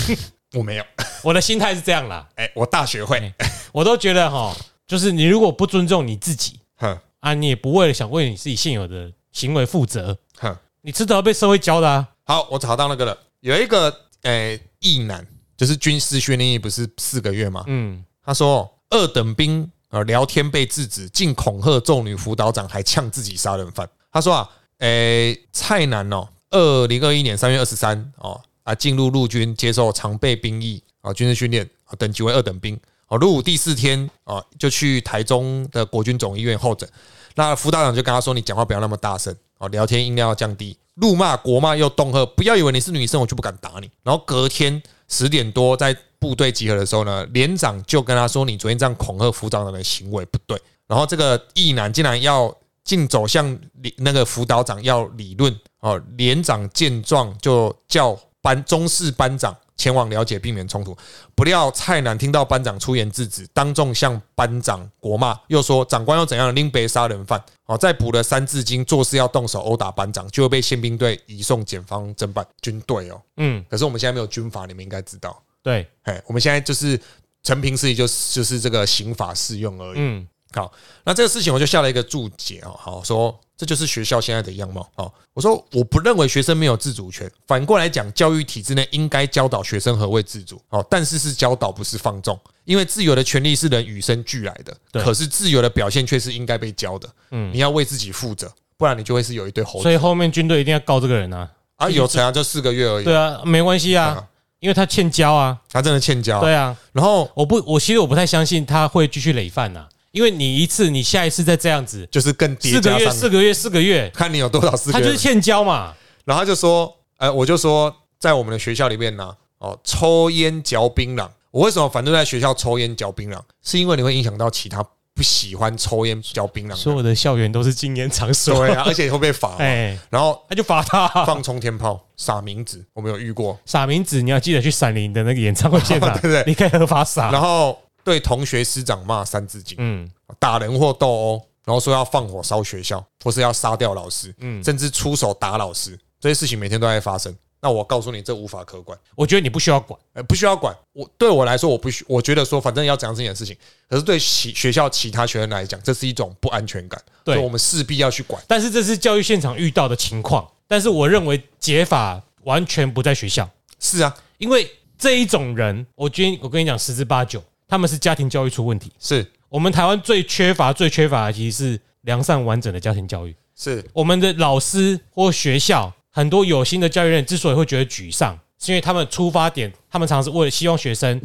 我没有，我的心态是这样啦，哎，我大学嗯会，我都觉得哈，就是你如果不尊重你自己哼啊，你也不为了想为你自己现有的行为负责，哼，你迟早要被社会教的啊。好，我找到那个了，有一个哎役男，就是军事训练役不是四个月吗？嗯，他说二等兵呃聊天被制止，竟恐吓揍女辅导长，还呛自己杀人犯。他说啊，诶、蔡南哦，二零二一年三月二十三哦啊，进入陆军接受常备兵役啊，军事训练啊，等级为二等兵。哦，入伍第四天啊，就去台中的国军总医院候诊。那辅导长就跟他说：“你讲话不要那么大声哦，聊天音量要降低，怒骂国骂又恫吓，不要以为你是女生我就不敢打你。”然后隔天十点多在部队集合的时候呢，连长就跟他说：“你昨天这样恐吓辅导长的行为不对。”然后这个役男竟然要竟走向理那个辅导长要理论哦，连长见状就叫班中士班长前往了解，避免冲突。不料蔡南听到班长出言制止，当众向班长国骂，又说长官又怎样拎杯杀人犯哦，再补了三字经，做事要动手殴打班长，就会被宪兵队移送检方侦办军队哦。嗯，可是我们现在没有军法，你们应该知道，对，哎，我们现在就是陈平事宜，就是就是这个刑法适用而已。嗯，好，那这个事情我就下了一个注解哦，好说这就是学校现在的样貌哦。我说我不认为学生没有自主权，反过来讲，教育体制内应该教导学生何谓自主哦，但是是教导不是放纵，因为自由的权利是人与生俱来的，对可是自由的表现却是应该被教的。嗯，你要为自己负责，不然你就会是有一堆猴所以子后面军队一定要告这个人啊。啊，有才啊，就四个月而已，对啊，没关系啊，啊，因为他欠交啊。他真的欠交。对啊，然后我不，我其实我不太相信他会继续累犯呐、因为你一次，你下一次再这样子，就是更叠四个加月，上，四个月，四个月，看你有多少四他个就是月。欠交嘛。然后他就说，呃，我就说，在我们的学校里面呢、哦，抽烟嚼槟榔。我为什么反对在学校抽烟嚼槟榔？是因为你会影响到其他不喜欢抽烟嚼槟榔的所人。有的校园都是禁烟场所，对 啊，而且会被罚。哎，然后他就罚他。放冲天炮、撒名字，我们有遇过。撒名字，你要记得去闪灵的那个演唱会现场， 对对对你可以合法撒。然后对同学师长骂《三字经》，嗯，打人或斗殴，然后说要放火烧学校，或是要杀掉老师，嗯甚至出手打老师，这些事情每天都在发生。那我告诉你，这无法可管，我觉得你不需要管。呃，不需要管。我对我来说，我不需，我觉得说，反正要怎样是你的事情。可是对其学校其他学生来讲，这是一种不安全感，对所以我们势必要去管。但是这是教育现场遇到的情况，但是我认为解法完全不在学校，是啊，因为这一种人，我今天我跟你讲十之八九，他们是家庭教育出问题。是我们台湾最缺乏、最缺乏的其实是良善完整的家庭教育。是，我们的老师或学校很多有心的教育人之所以会觉得沮丧，是因为他们出发点，他们常是为了希望学生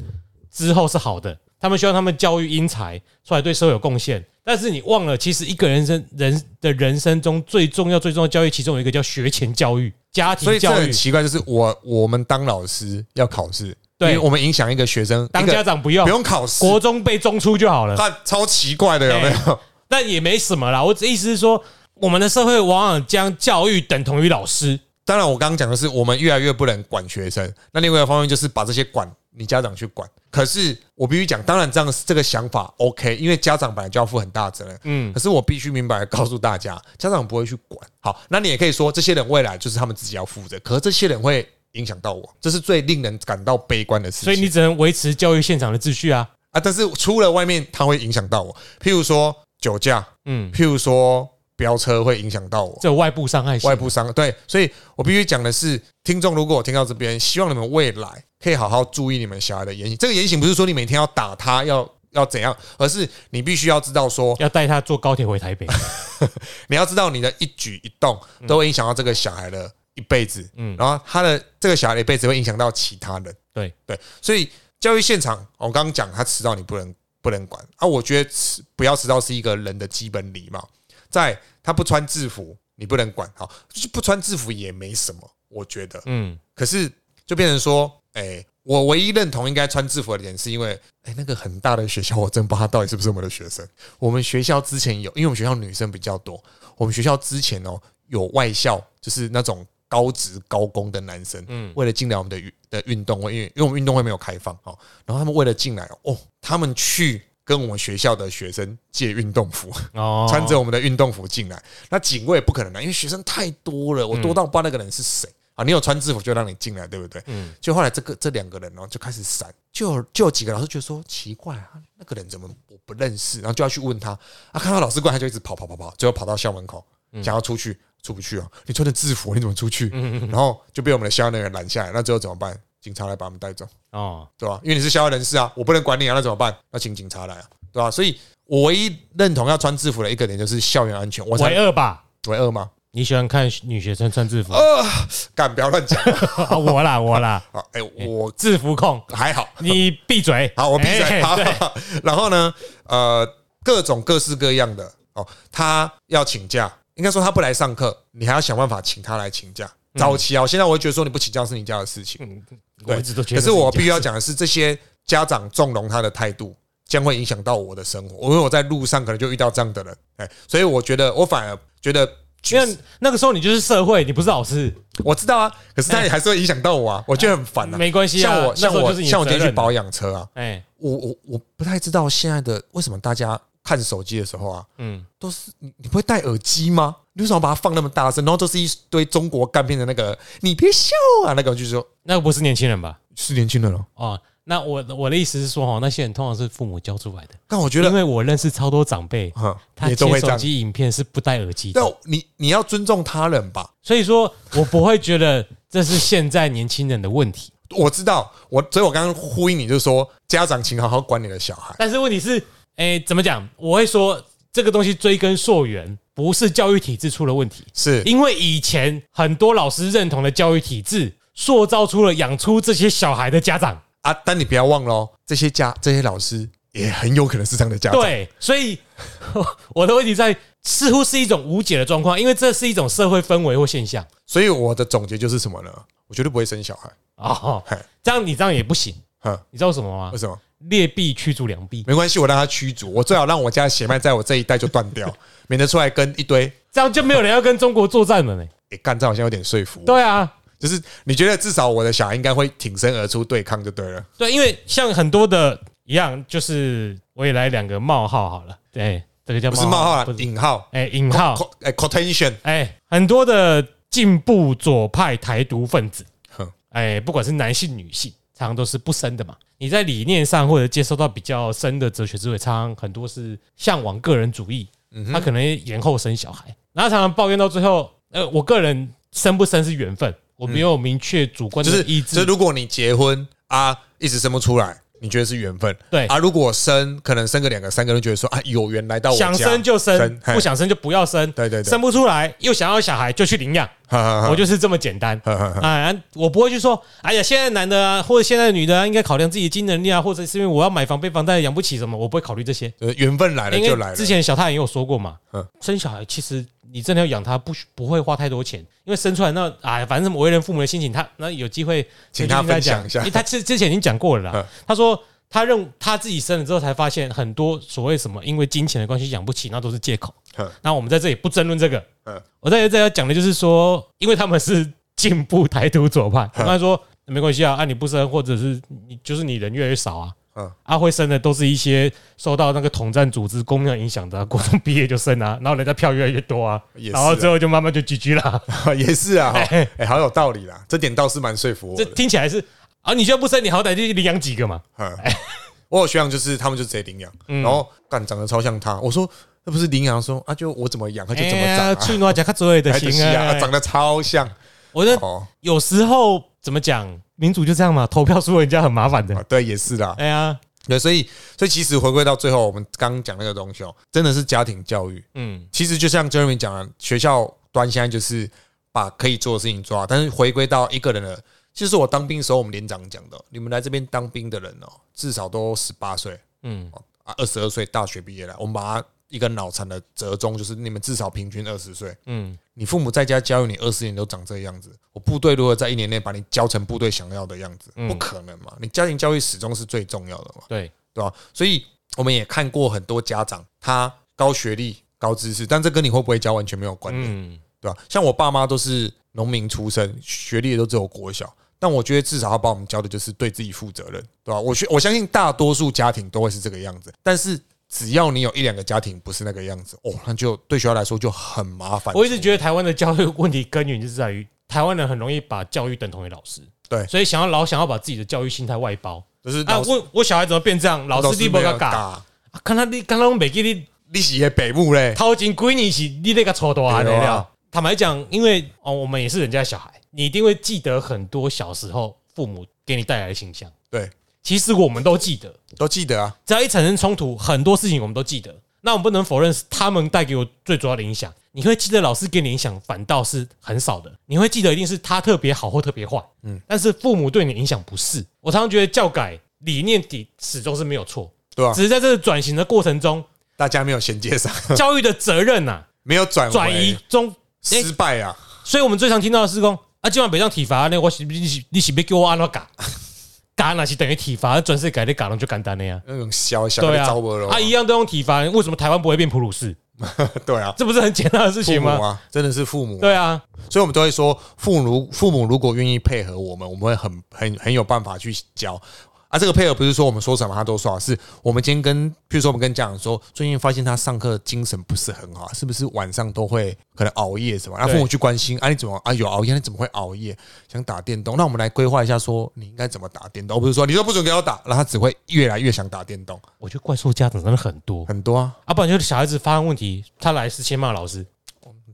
之后是好的，他们希望他们教育因材出来对社会有贡献。但是你忘了，其实一个人生人的人生中最重要、最重要的教育，其中有一个叫学前教育、家所以庭这教育很。奇怪，就是我我们当老师要考试，对因为我们影响一个学生，当一个家长不用不，用考试，国哎中被中出就好了。他超奇怪的，有没有？但也没什么啦。我只意思是说，我们的社会往往将教育等同于老师，当然，我刚刚讲的是我们越来越不能管学生，那另外一个方面就是把这些管你家长去管。可是我必须讲，当然这样这个想法 OK，因为家长本来就要负很大的责任。嗯可是我必须明白地告诉大家，家长不会去管。好，那你也可以说，这些人未来就是他们自己要负责，可是这些人会影响到我，这是最令人感到悲观的事情。所以你只能维持教育现场的秩序啊。啊，但是出了外面，它会影响到我，譬如说酒驾，嗯，譬如说飙车，会影响到我。这有外部伤害性外部伤对，所以我必须讲的是，听众如果我听到这边，希望你们未来可以好好注意你们小孩的言行。这个言行不是说你每天要打他，要要怎样，而是你必须要知道说，要带他坐高铁回台 北。你要知道你的一举一动都会影响到这个小孩的一辈子，嗯嗯，然后他的这个小孩的一辈子会影响到其他人，对对，所以教育现场，哦我刚刚讲他迟到你不能不能管啊，我觉得迟不要迟到是一个人的基本礼貌，在他不穿制服你不能管，好，就是不穿制服也没什么，我觉得，嗯，可是就变成说，哎、我唯一认同应该穿制服的点，是因为，哎、那个很大的学校，我真不知道他到底是不是我们的学生。我们学校之前有，因为我们学校女生比较多，我们学校之前哦有外校，就是那种高职高工的男生，嗯嗯，为了进来我们的运的运动会，因为因为我们运动会没有开放哦，然后他们为了进来哦，他们去跟我们学校的学生借运动服，哦，穿着我们的运动服进来。那警卫不可能来，因为学生太多了，我多到不知道那个人是谁。啊，你有穿制服就让你进来，对不对？嗯嗯，就后来这个这两个人哦，就开始闪，就有就有几个老师觉得说奇怪啊，那个人怎么我不认识，然后就要去问他啊，看到老师过来他就一直跑跑跑跑，最后跑到校门口，想要出去出不去哦，你穿着制服你怎么出去？然后就被我们的校内人拦下来，那最后怎么办？警察来把我们带走。哦，对吧、因为你是校外人士啊，我不能管你啊，那怎么办？要请警察来啊，对吧、所以我唯一认同要穿制服的一个点就是校园安全。我唯才二吧。为二吗？你喜欢看女学生穿 制服？干，不要乱讲啊我啦，我啦，啊！哎、我制服控，还好，你闭嘴。好，我闭嘴。哎好对，然后呢，呃，各种各式各样的哦，他要请假，应该说他不来上课，你还要想办法请他来请假。早期啊，现在我会觉得说你不请假是你家的事情，我一直都觉可得。是我必须要，讲的是，这些家长纵容他的态度，将会影响到我的生活。因为我在路上可能就遇到这样的人，哎，所以我觉得我反而觉得，因为那个时候你就是社会，你不是老师，我知道啊，可是他也还是会影响到我啊，我觉得很烦啊。哎没关系啊。像我那时像候我就是你的像我今天责去任保养车啊，哎，我我我不太知道现在的为什么大家看手机的时候啊，嗯，都是你你不会戴耳机吗？你为什么把它放那么大声？然后都是一堆中国干片的那个，你别笑啊，那个就是说那个不是年轻人吧？是年轻人哦。哦，那我我的意思是说，哦，那些人通常是父母教出来的，但我觉因得，为我认识超多长辈，嗯他也接都会手这样。机影片是不戴耳机的但，你你要尊重他人吧。所以说我不会觉得这是现在年轻人的问题。我知道，我所以我刚刚呼应你，就是说家长请好好管你的小孩。但是问题是，哎，怎么讲？我会说这个东西追根溯源，不是教育体制出了问题，是因为以前很多老师认同的教育体制，塑造出了养出这些小孩的家长。啊，但你不要忘了哦，这些家这些老师也很有可能是这样的家长。对，所以 我的问题在似乎是一种无解的状况，因为这是一种社会氛围或现象所以我的总结就是什么呢？我绝对不会生小孩。哦啊嘿。这样你这样也不行，哼，你知道为什么吗为？什么？劣币驱逐良币，没关系，我让他驱逐，我最好让我家的血脉在我这一代就断 掉，免得出来跟一堆。这样就没有人要跟中国作战了呢。诶，干这好像有点说服我。对啊，就是你觉得至少我的小孩应该会挺身而出对抗就对了。对，因为像很多的一样，就是我也来两个冒号好了。对，这个叫不是冒号啊啦不，是引号，哎引号， Co- 哎，quotation，哎，很多的进步左派台独分子，哼，哎，不管是男性女性，常常都是不深的嘛。你在理念上或者接受到比较深的哲学智慧，常常很多是向往个人主义，嗯他可能延后生小孩，然后常常抱怨到最后，呃，我个人生不生是缘分，我没有明确主观就的是意就是志，如果你结婚啊，一直生不出来，你觉得是缘分。对啊，如果生可能生个两个三个，就觉得说啊有缘来到我家，想生就生，嘿不想生就不要生，对对对啊生不出来又想要小孩就去领养， 哈哈我哈就是这么简单。哈哈哈，啊，我不会去说，哎呀，现在男的啊，或者现在的女的啊，应该考量自己的经济能力啊，或者是因为我要买房被房贷养不起什么，我不会考虑这些。就是缘分来了因就来为了之。前小太也有说过嘛嗯，生小孩其实你真的要养他，不需不会花太多钱，因为生出来那哎，反正为人父母的心情，他那有机会请他回去跟分享讲一下因为他之之前已经讲过了啦嗯，他说。他认他自己生了之后，才发现很多所谓什么因为金钱的关系养不起，那都是借口嗯。那我们在这里不争论这个嗯。我在这里要讲的就是说，因为他们是进步台独左派，嗯我跟他说没关系啊，啊你不生，或者是你就是你人越来越少啊，嗯啊，会生的都是一些受到那个统战组织供应影响的、啊，国中毕业就生啊，然后人家票越来越多啊，也是啊然后最后就慢慢就 GG 啦。 也是啊，哈哎哎，好有道理啦，这点倒是蛮说服我这的。听起来是啊，你就不生，你好歹就领养几个嘛。嗯，我有学长就是他们就直接领养，嗯然后干长得超像他，我说那不是领养，说啊就我怎么养他就怎么长啊，去诺加卡嘴的 哎就是行啊，啊啊。长得超像我觉得哦，有时候怎么讲，民主就这样嘛，投票输人家很麻烦啊的。对，也是啦，哎呀，对，所以所以其实回归到最后，我们刚刚讲那个东西哦，真的是家庭教育。嗯，其实就像 Jeremy 讲的，学校端现在就是把可以做的事情做好，但是回归到一个人的，其实我当兵的时候，我们连长讲的，哦你们来这边当兵的人哦，至少都十八岁，嗯嗯，啊，二十二岁大学毕业了，我们把它一个脑残的折中，就是你们至少平均二十岁，嗯，你父母在家教育你二十年都长这个样子，我部队如何在一年内把你教成部队想要的样子，不可能嘛，你家庭教育始终是最重要的嘛。对，对吧、所以我们也看过很多家长，他高学历、高知识，但这跟你会不会教完全没有关联，嗯对吧、像我爸妈都是农民出身，学历也都只有国小，但我觉得至少他把我们教的就是对自己负责任，对吧、我学我相信大多数家庭都会是这个样子，但是。只要你有一两个家庭不是那个样子，哦，那就对学校来说就很麻烦。我一直觉得台湾的教育问题根源就是在于台湾人很容易把教育等同于老师，对所以想要老想要把自己的教育心态外包。就是啊，老师、我我小孩怎么变这样？老师你不没有个教，啊，教，看他你刚刚没给你你是的北木嘞，掏钱归你是你那个错大啊对啊了。坦白讲，因为哦，我们也是人家小孩，你一定会记得很多小时候父母给你带来的形象。对，其实我们都记得，都记得啊，只要一产生冲突，很多事情我们都记得。那我们不能否认是他们带给我最主要的影响。你会记得老师给你的影响，反倒是很少的。你会记得一定是他特别好或特别坏，嗯嗯。但是父母对你的影响不是。我常常觉得教改理念底始终是没有错，对啊吧、只是在这个转型的过程 中，大家没有衔接上，教育的责任呐、没有转回转移中，哎失败啊，所以我们最常听到的是讲啊，今晚别让体罚，那我是你是你是要叫我安怎改？改那是等于体罚，转世改的改那就简单了呀。那种小小对的啊招不，了啊，一样都用体罚，为什么台湾不会变普鲁士？ 对啊，这不是很简单的事父情母吗？啊，真的是父母，对啊，所以我们都会说，父母父母如果愿意配合我们，我们会很很很有办法去教。啊，这个配合不是说我们说什么他都说啊，是我们今天跟，譬如说我们跟家长说，最近发现他上课精神不是很好啊，是不是晚上都会可能熬夜什么？啊，对父母去关心，啊，你怎么啊有熬夜？你怎么会熬夜？想打电动？那我们来规划一下，说你应该怎么打电动，而不是说你都不准给我打，那他只会越来越想打电动，我觉得怪兽家长真的很多，很多啊，啊，不然就是小孩子发生问题，他来是先骂老师，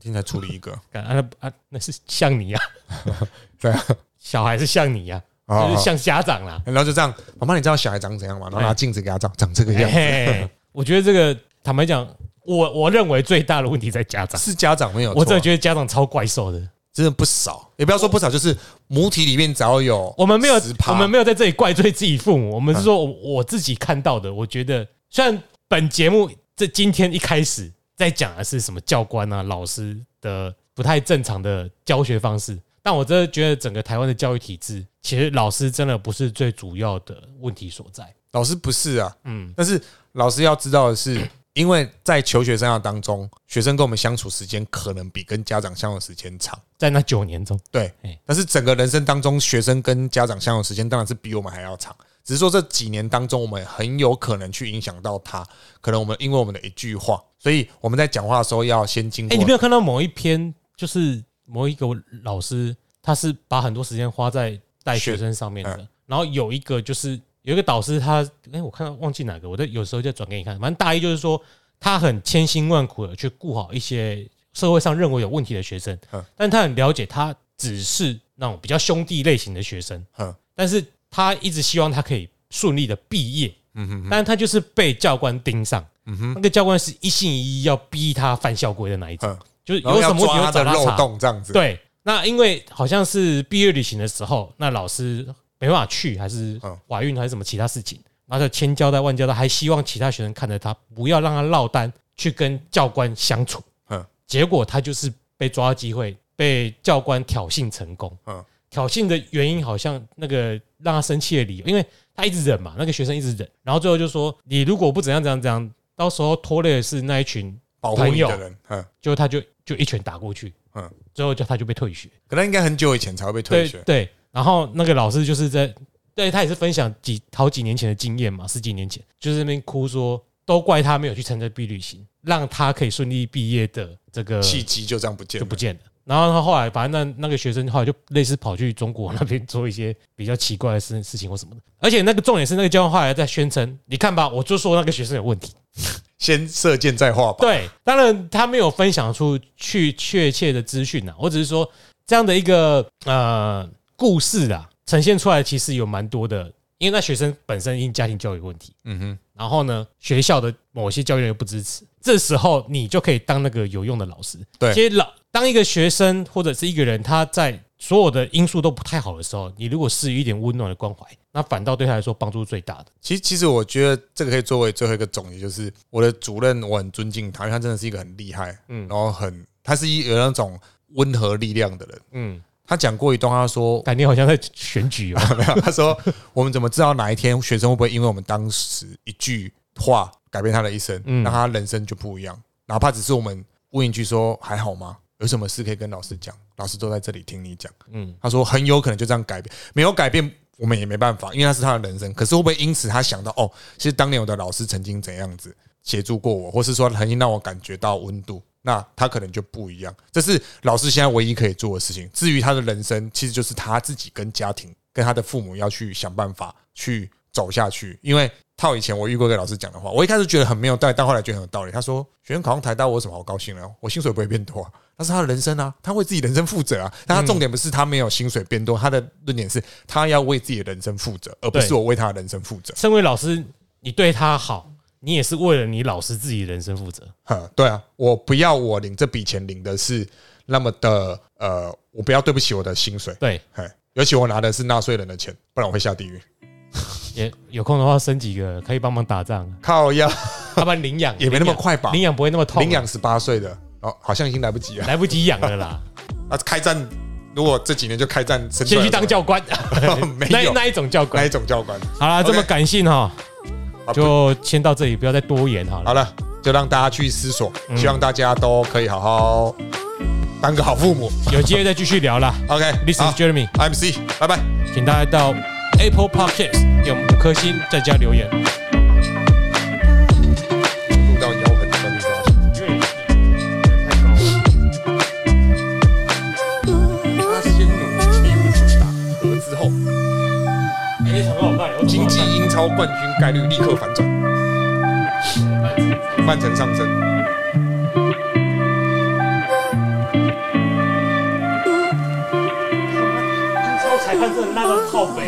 今天才处理一个，干啊那啊那是像你呀、啊，对啊。小孩是像你呀、哦啊，哦就是像家长啦。然后就这样，哎啊妈妈，你知道小孩长怎样吗？然后拿镜子给他照，长这个样子。嘿，我觉得这个坦白讲，我我认为最大的问题在家长，是家长没有错啊，我真的觉得家长超怪兽的。真的不少，也不要说不少，就是母体里面只要有我们没有10%我们没有在这里怪罪自己父母，我们是说我我自己看到的，我觉得虽然本节目这今天一开始在讲的是什么教官啊、老师的不太正常的教学方式，但我真的觉得整个台湾的教育体制，其实老师真的不是最主要的问题所在。老师不是啊，嗯，但是老师要知道的是，因为在求学生涯当中，学生跟我们相处时间可能比跟家长相处时间长，在那九年中，对哎。但是整个人生当中，学生跟家长相处时间当然是比我们还要长。只是说这几年当中，我们很有可能去影响到他，可能我们因为我们的一句话，所以我们在讲话的时候要先经哎、你过没有看到某一篇，就是某一个老师，他是把很多时间花在带学生上面的。嗯然后有一个就是有一个导师他，哎，我看到忘记哪个，我在有时候就转给你看。反正大意就是说，他很千辛万苦的去顾好一些社会上认为有问题的学生，嗯但他很了解，他只是那种比较兄弟类型的学生，嗯但是他一直希望他可以顺利的毕业。嗯哼但是他就是被教官盯上，嗯哼，那个教官是一心一意要逼他犯校规的那一种，嗯就是然有后什要么问题抓就找他的他漏查。洞这样子，对，那因为好像是毕业旅行的时候，那老师没办法去，还是嗯怀孕还是什么其他事情，然后就千交代万交代，还希望其他学生看着他，不要让他落单去跟教官相处。嗯结果他就是被抓到机会，被教官挑衅成功。嗯挑衅的原因好像那个让他生气的理由，因为他一直忍嘛，那个学生一直忍，然后最后就说你如果不怎样怎样怎样，到时候拖累的是那一群，保护你朋的友人，嗯，就他就就一拳打过去，嗯嗯，最后就他就被退学。可能应该很久以前才会被退对学，对，然后那个老师就是在，对他也是分享几好几年前的经验嘛，十几年前，就是那边哭说，都怪他没有去参加毕业旅行，让他可以顺利毕业的这个契机就这样不见就了不。见了。然后他后来，反正那那个学生后来就类似跑去中国那边做一些比较奇怪的事事情或什么的。而且那个重点是，那个教官后来在宣称：“你看吧，我就说那个学生有问题。先射箭再画”吧。对，当然他没有分享出去确切的资讯呐，啊我只是说这样的一个呃故事啊，呈现出来其实有蛮多的，因为那学生本身因为家庭教育有问题，嗯哼，然后呢，学校的某些教育人员不支持，这时候你就可以当那个有用的老师。对其实老当一个学生或者是一个人，他在所有的因素都不太好的时候，你如果施予一点温暖的关怀，那反倒对他来说帮助最大的。其实其实我觉得这个可以作为最后一个总结，就是我的主任我很尊敬他，因为他真的是一个很厉害，嗯，然后很他是一有那种温和力量的人。嗯，他讲过一段话，他说感觉好像在选举哦。没有，他说我们怎么知道哪一天学生会不会因为我们当时一句话改变他的一生，嗯让他人生就不一样？哪怕只是我们问一句说还好吗？有什么事可以跟老师讲，老师都在这里听你讲。嗯，他说很有可能就这样改变，没有改变我们也没办法，因为那是他的人生。可是会不会因此他想到哦，其实当年我的老师曾经怎样子协助过我，或是说曾经让我感觉到温度，那他可能就不一样。这是老师现在唯一可以做的事情。至于他的人生，其实就是他自己跟家庭、跟他的父母要去想办法去走下去，因为。套以前我遇过一个老师讲的话，我一开始觉得很没有道理，但后来觉得很有道理。他说：“学生考上台大，我有什么好高兴的？我薪水不会变多啊，那是他的人生啊，他为自己人生负责啊。但他重点不是他没有薪水变多，他的论点是他要为自己的人生负责，而不是对我为他的人生负责。身为老师，你对他好，你也是为了你老师自己的人生负责。哈，对啊，我不要我领这笔钱领的是那么的呃，我不要对不起我的薪水，对，嘿，尤其我拿的是纳税人的钱，不然我会下地狱。也有空的话生几个可以帮忙打仗， 靠呀，要不然领养也没那么，快吧领？养不会那么痛啊，领养十八岁的哦，好像已经来不 及了。来不及养了啦。那啊开战，如果这几年就开战，生出先来去当教官， 没那有那一种教哪官一。种教官？好啦， OK 这么感性哈，好啊就先到这里，不要再多言好了。好了，就让大家去思索，嗯希望大家都可以好好当个好父母。有机会再继续聊 啦。 OK， This 好 is Jeremy， I'm C，拜拜。请大家到 Apple Podcast 给我们五颗星，再加留言。录到腰很酸的时候。他先努力打和之后，经济英超冠军概率立刻反转，曼城上升。英超裁判真的烂到靠北。